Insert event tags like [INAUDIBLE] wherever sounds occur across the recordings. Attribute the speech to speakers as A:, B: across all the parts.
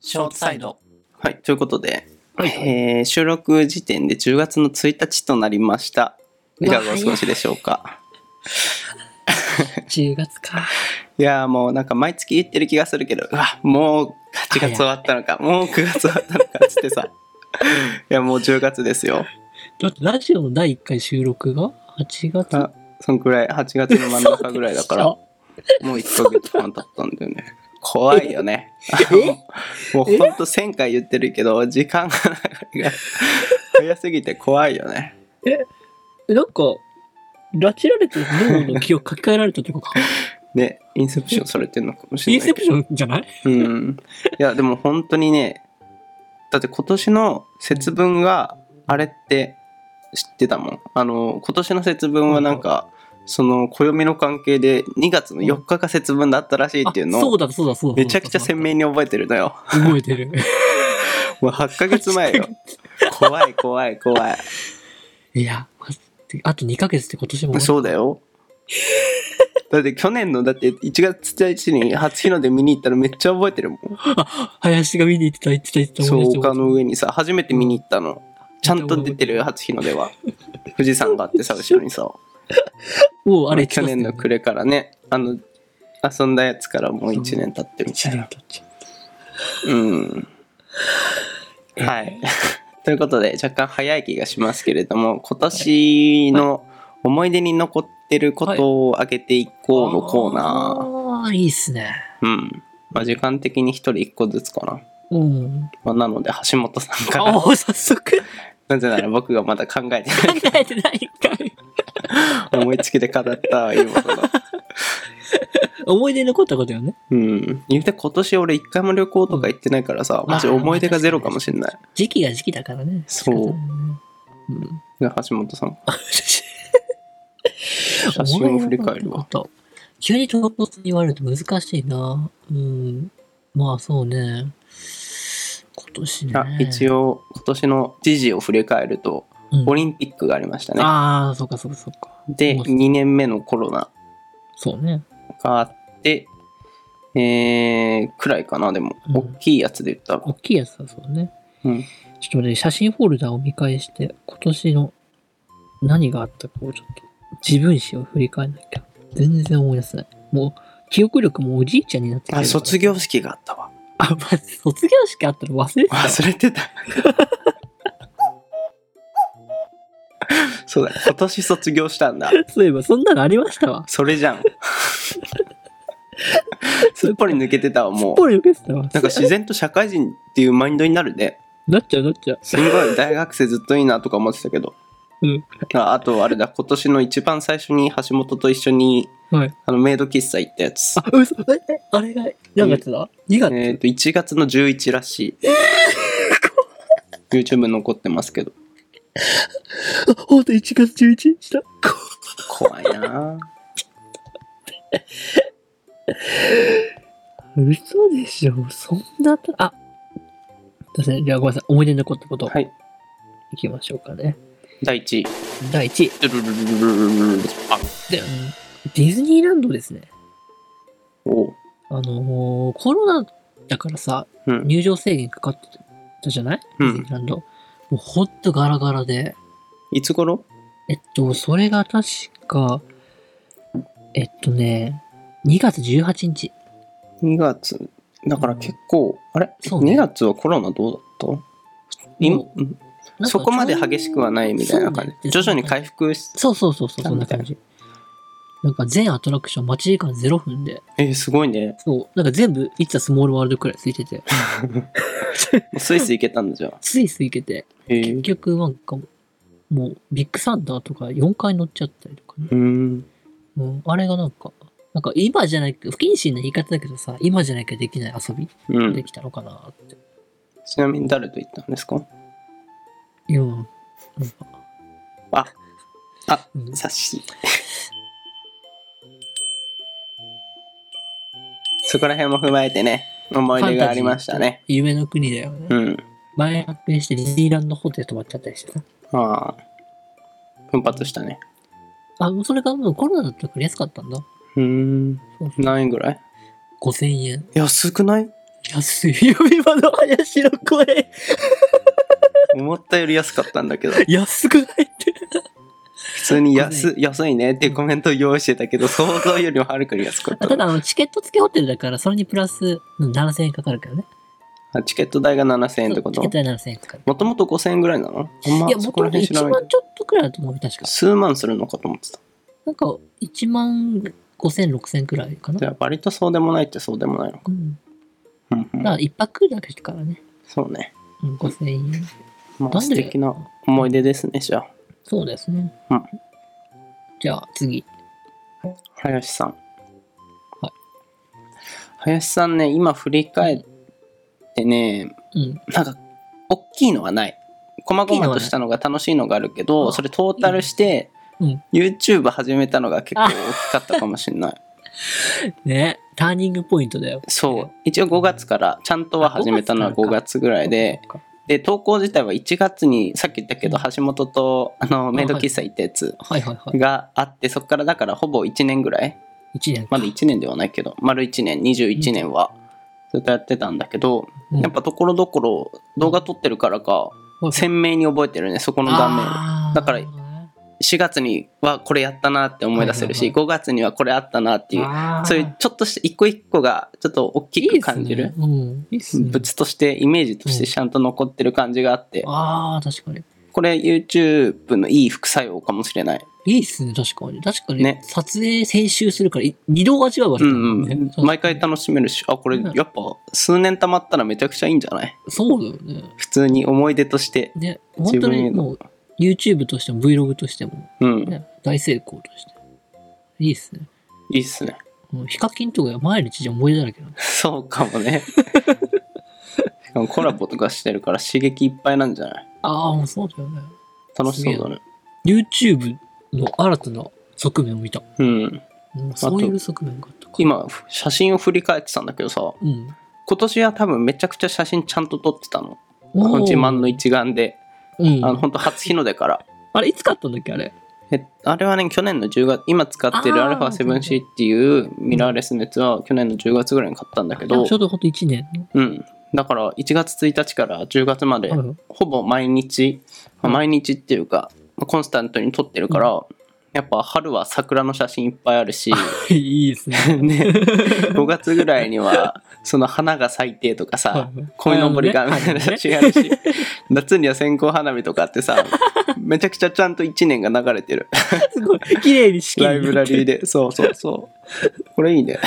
A: ショートサイド。
B: はい、ということで、えー収録時点で10月の1日となりました。いかがお過ごしでしょうか。
A: 10月か。
B: いやーもうなんか毎月言ってる気がするけど、うわ、もう8月終わったのか、もう9月終わったのかっつってさ。いや、もう10月ですよ。
A: だってラジオの第1回収録が8月
B: あそんくらい、8月の真ん中ぐらいだから、もう1ヶ月半経ったんだよね。怖いよね。もうほんと1000回言ってるけど、時間が流れが早すぎて怖いよね。
A: えなんか、拉致られて脳の記憶書き換えられたって
B: [LAUGHS]
A: ことか。
B: ね、インセプションされてるのかもし
A: イ
B: れ
A: ン
B: ない
A: セ
B: け
A: プ
B: ど。
A: ションじゃない
B: うん。いや、でも本当にね、だって今年の節分があれって知ってたもん。あの、今年の節分はなんか、その暦の関係で2月の4日が節分だったらしいっていうの
A: あそ
B: を
A: うだ、そうだ、そうだ。
B: めちゃくちゃ鮮明に覚えてるのよ。 [LAUGHS]
A: 明。動いてる。
B: もう8ヶ月前よ。怖い怖い怖い。
A: いや、待ってあと2ヶ月って今年も。
B: そうだよ。だって去年のだって1月1日に初日の出見に行ったらめっちゃ覚えてるもん。
A: 林が見に行ってた、行ってた、行ってた。
B: そう
A: 思い出した
B: 丘の上にさ初めて見に行ったのちゃんと出てる初日の出は富士山が [LAUGHS] あってさ後ろにさ
A: もうあれ、
B: 去年の暮れからねあの遊んだやつからもう1年経ってみ
A: 1
B: た
A: 年
B: いな
A: 経っちゃう。
B: うんはい [LAUGHS] ということで若干早い気がしますけれども今年の思い出に残ってることをあげていこうのコーナ
A: ああ、いいっすね。
B: ーうんまあ時間的に1人1個ずつかな、
A: う
B: [LAUGHS]
A: ん。
B: まあ、なので橋本さんから
A: あお早速。
B: [LAUGHS]
A: [LAUGHS]
B: なぜなら僕がまだ考えてない
A: 考えてないんかい。
B: 思いつきで語 [LAUGHS] った今のだ。
A: 思い出に残ったことよね。
B: うん。言うて今年俺一回も旅行とか行ってないからさ、マジ思い出がゼロかもしれない。
A: 時期が時期だからね。
B: そ
A: 仕方
B: う
A: ないね。うん。
B: ね橋本さん。写
A: 思い
B: 真を
A: 出
B: 振
A: に
B: り
A: 残
B: 返
A: っ
B: る
A: たこ
B: わ。
A: と。急に唐突に言われると難しいな。うん。まあそうね。今年ね。
B: あ一
A: 応。
B: 応、今年の時事を振り返ると、
A: うん
B: オリンピックがありましたね。
A: ああ、そうかそうかそうか。
B: で、2年目のコロナ
A: そうね。
B: があって、えー、くらいかな、でも。
A: うん
B: 大きいやつで言ったら。
A: 大きいやつだそうね。
B: うん
A: ちょっとね、写真フォルダを見返して、今年の何があったかをちょっと自分史を振り返らなきゃ。全然思い出せない。もう、記憶力もおじいちゃんになってきてるか
B: あ、
A: ら
B: 卒業式があったわ。
A: あ、まあ、卒業式あったら忘れてた。
B: [LAUGHS] 忘れて [LAUGHS] た。そうだ、今年卒業したんだ。
A: そういえば、そんなのありましたわ。
B: それ
A: [LAUGHS]
B: じゃん。すっぽり抜けてたわ、
A: すっ
B: もう
A: ぽ。り受けてたわ。
B: なんか自然と社会人っていうマインドになるね。
A: なっちゃうなっちゃう。
B: すごい、大学生ずっといいなとか思ってたけど。
A: うん
B: ああと、あれだ、今年の一番最初に橋本と一緒に、
A: はい
B: あのメイド喫茶行ったやつ
A: あ。、嘘え、え、あれが何月だ ?2 月、
B: えっ、と、1月の11らしい。YouTube 残ってますけど。
A: あ、ほんと1月11日だ。こ
B: 怖いなぁ
A: 嘘でしょ。そんなた、あ、ですね。じゃあごめんなさい。思い出に残ったこと、
B: はい。
A: いきましょうかね。
B: 第1位。
A: 第1位。
B: ドゥルルルルルルルあ
A: で、うんディズニーランドですね。
B: おう
A: あのーコロナだからさ、
B: うん
A: 入場制限かかってたじゃない、
B: う
A: ディズニ
B: ん。
A: ーランド。もうほんとガラガラで。
B: いつ頃
A: えっと、それが確か、えっとね、2月18日。
B: 2月だから結構、あれ、
A: そうね
B: 2月はコロナどうだった今
A: も
B: うん
A: なんか
B: そこまで激しくはないみたいな感じ、
A: そ
B: 徐
A: う
B: 々
A: ね
B: に回復し
A: そうそうそうそう、そんな感じ。なんか全アトラクション待ち時間0分で、
B: えーすごいね
A: そう、なんか全部、いつスモールワールドくらいついてて、
B: スイスイ行けたんだじゃあ
A: ついついけて、
B: へえ
A: [LAUGHS] 結局なんかもう、もうビッグサンダーとか4回乗っちゃったりとかね。
B: うん
A: うん、あれがなんか、なんか今じゃない、不謹慎な言い方だけどさ、今じゃなきゃできない遊び
B: う
A: で
B: ん
A: きたのかなって。
B: ちなみに誰と行ったんですか
A: いや、うん
B: あ、あ、
A: うん
B: 察し [LAUGHS] そこら辺も踏まえてね思い出がありましたね
A: 夢の国だよね。
B: うん
A: 前発展してディズニーランドホテル泊まっちゃったりしてさ。
B: ああ奮発したね
A: あ、もうそれがもうコロナだったから安かったんだ。
B: うん
A: そうそう
B: 何円ぐらい
A: 5000円。
B: 安くない
A: 安安い。 [LAUGHS] 指輪の林の声、
B: 思ったより安かったんだけど、
A: 安くない
B: [LAUGHS]
A: って。
B: 普通
A: [LAUGHS]
B: に安安いねってコメントを用意してたけど、想像よりもはるかに安かっ
A: [LAUGHS]
B: た
A: ただ、あの、チケット付きホテルだから、それにプラスうん7000円かかるけどね。
B: あ。チケット代が7000円ってこ
A: チ
B: と
A: ケット代7000円かかる。
B: もともと5000円ぐらいなのあんま
A: いや、
B: そ
A: も
B: ことら
A: もと
B: 辺知ら
A: 1
B: ない。
A: 万ちょっとくらいだと思う、確か。
B: 数万するのかと思ってた。
A: なんか、1万5000、6000くらいか
B: じ
A: な。
B: ゃあ、割とそうでもないってそうでもないのか。
A: うん。
B: うんう
A: だ
B: ん
A: から、1泊だけだからね。
B: そうね。
A: うん、5000円。
B: ま
A: な
B: あ、
A: ん
B: 素
A: で
B: 敵な思い出ですね、じゃあ。
A: そうですね。
B: うん
A: じゃあ、次。
B: 林さん。
A: はい
B: 林さんね、今振り返ってね、
A: うん。
B: なんか、大きいのはない。細々としたのが楽しいのがあるけ
A: う
B: ど、
A: ん
B: それトータルして、
A: うん
B: YouTube 始めたのが結構大きかったかもしれない。
A: ね、ターニングポイントだよ。
B: そう。一応5月から、ちゃんとは始めたのは
A: あ5
B: 5月ぐらいで、
A: そっか、
B: で、投稿自体は1月に、さっき言ったけど
A: う、
B: 橋本と、あの、メイド
A: はい
B: 喫茶行ったやつ
A: はいはいはい。
B: があって、そこからだからほぼ1年ぐらい
A: 1年か。
B: まだ1年ではないけど丸1年21年はずっとやってたんだけど、
A: うん
B: やっぱところどころ動画撮ってるからか鮮明に覚えてるねそこの画面
A: あー
B: だから4月にはこれやったなって思い出せる
A: はい
B: し
A: は
B: 5月にはこれあったなっていう
A: あー
B: そういうちょっとした一個一個がちょっと大きく感じ
A: いいっ
B: る
A: すねうん。いいっすね
B: 物としてイメージとしてちゃんと残ってる感じがあって
A: ああ、確かに。
B: これ YouTube のいい副作用かもしれない
A: いいっすね、確かに。確かに。
B: ね
A: 撮影、編集するから、い二度味わうわけ
B: う
A: だも
B: ん
A: ね
B: うん
A: そう
B: 毎回楽しめるしあこれ
A: うん
B: やっぱ数年溜まったらめちゃくちゃいいんじゃない
A: そうだよね。
B: 普通に思い出として
A: ね、
B: 自
A: 本当
B: 分へ
A: に
B: の
A: もう、YouTube としても Vlog としても、
B: うん
A: ね、大成功として。いいっすね。
B: いいっすね。 [LAUGHS]
A: もうヒカキンとか毎日じゃ思い出だらけなんで
B: そうか
A: [LAUGHS]
B: もね。しかもコラボとかしてるから刺激いっぱいなんじゃない
A: ああ、もうそうだよね。
B: 楽しそうだね。
A: YouTube の新たな側面を見た。
B: うん。
A: うんそういう側面があったか。
B: 今、写真を振り返ってたんだけどさ、
A: うん。
B: 今年は多分めちゃくちゃ写真ちゃんと撮ってたの。
A: おー
B: 自慢の一眼で。
A: うん、
B: あ
A: あ
B: の、ほんと初日の出から。
A: れ、いつ買ったんだっけ、あれ。
B: えあれはね、去年の10月、今使ってる
A: あー
B: α7C っていうミラーレスのやつは去年の10月ぐらいに買ったんだけ
A: でも
B: ど
A: ち、ょうどほんと1年。
B: うん。だから1月1日から10月まで
A: うん
B: ほぼ毎日、まあ
A: うん
B: 毎日っていうか、まあコンスタントに撮ってるから、やっぱ春は桜の写真いっぱいあるし、
A: [LAUGHS] いいですね。
B: [LAUGHS] ね、5月ぐらいにはその花が咲いてとかさ、
A: はいはい
B: 鯉のぼりが
A: あ
B: [LAUGHS]
A: のね
B: みたいな写真あるし、夏には線香花火とかあってさ、めちゃくちゃちゃんと1年が流れてる。
A: すごい、綺麗に式
B: ライブラリーで。そうそうそう。これい
A: [LAUGHS]
B: いね。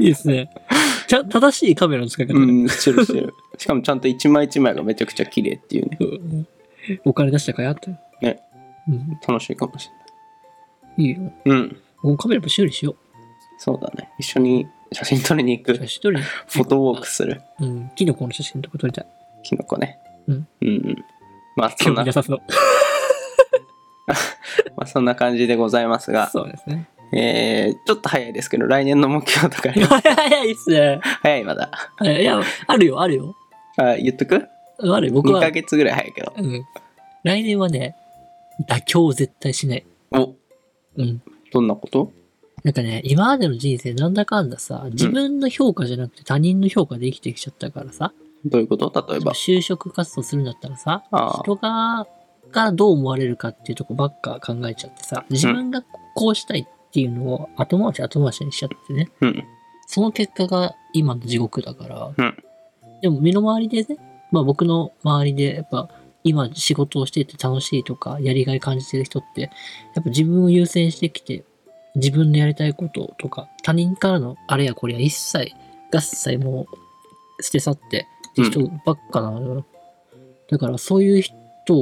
A: いいですね。ちゃん、正しいカメラの使い方。
B: うん、してるしてる。しかもちゃんと一枚一枚がめちゃくちゃ綺麗っていうね。
A: うんお金出したかやって。
B: ね。
A: うん。
B: 楽しいかもしれない。
A: いいよ。
B: うん、
A: もうカメラも修理しよ
B: そうだね。一緒に写真撮りに行
A: う。
B: く
A: 写。真撮りに。
B: フォトウォークする。
A: うん。キノコの写真とか撮りたい。
B: キノコね。
A: うん。
B: うんうん。まあそ
A: 興
B: んな、
A: 味な
B: ま
A: さそう。
B: あ、そんな感じでございますが、
A: そうですね。 [LAUGHS]
B: えー、ちょっと早いですけど、来年の目標とかあります、
A: 早いっすね。
B: 早いまだ。
A: はいいや、あるよ、あるよ。
B: あ言っとく
A: うんあるよ、僕
B: ?2
A: は
B: ヶ。月ぐらい早いけど。
A: うん。来年はね、妥協を絶対しない。
B: お
A: うん。
B: どんなこと
A: なんかね、今までの人生なんだかんださ、自分の評価じゃなくて他人の評価で生きてきちゃったからさ、
B: どういうこと例えば。
A: 就職活動するんだったらさ、
B: ああ、
A: 人が、がどう思われるかっていうとこばっか考えちゃってさ、自分がこうしたいっていうのを後回し後回しにしちゃってね、
B: うん。
A: その結果が今の地獄だから、
B: うん
A: でも身の回りでね、まあ僕の周りでやっぱ今仕事をしていて楽しいとかやりがい感じてる人って、やっぱ自分を優先してきて、自分のやりたいこととか、他人からのあれやこれや一切、合切もう捨て去ってって人ばっかなのよ。だからそういう人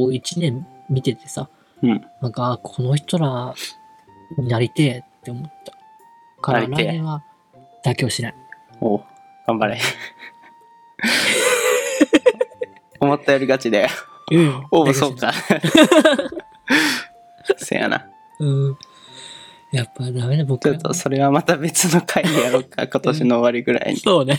A: を一年見ててさ、
B: うん。
A: なんか、あこの人らになりてえって思った。から
B: なりて
A: 来
B: え
A: 年は妥協しない。
B: お頑張れ。 [LAUGHS] 思ったよりガチで。
A: うん。
B: おう、そ
A: [LAUGHS]
B: うか。せやな。
A: うん。やっぱダメだ、僕
B: ちょ
A: ら
B: っとそれはまた別の回でやろうか、今年の終わりぐらいに。
A: そうね。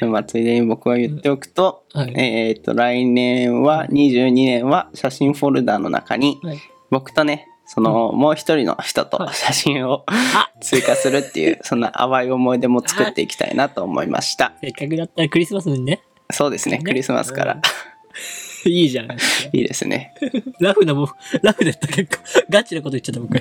B: まあ、ついでに僕は言っておくと、
A: はい。
B: えっと、来年は、22年は写真フォルダの中に、
A: はい
B: 僕とね、その、もう一人の人と
A: はい
B: 写真を、
A: あ
B: 追加するっ
A: [LAUGHS]
B: ていう、そんな淡い思い出も作っていきたいなと思いました。
A: せっかくだったらクリスマスにね。
B: そうですね、
A: ね
B: クリスマスから。
A: うんいいじゃん。
B: いいですね。
A: ラフなもん、ラフだった結構。ガチなこと言っちゃった僕。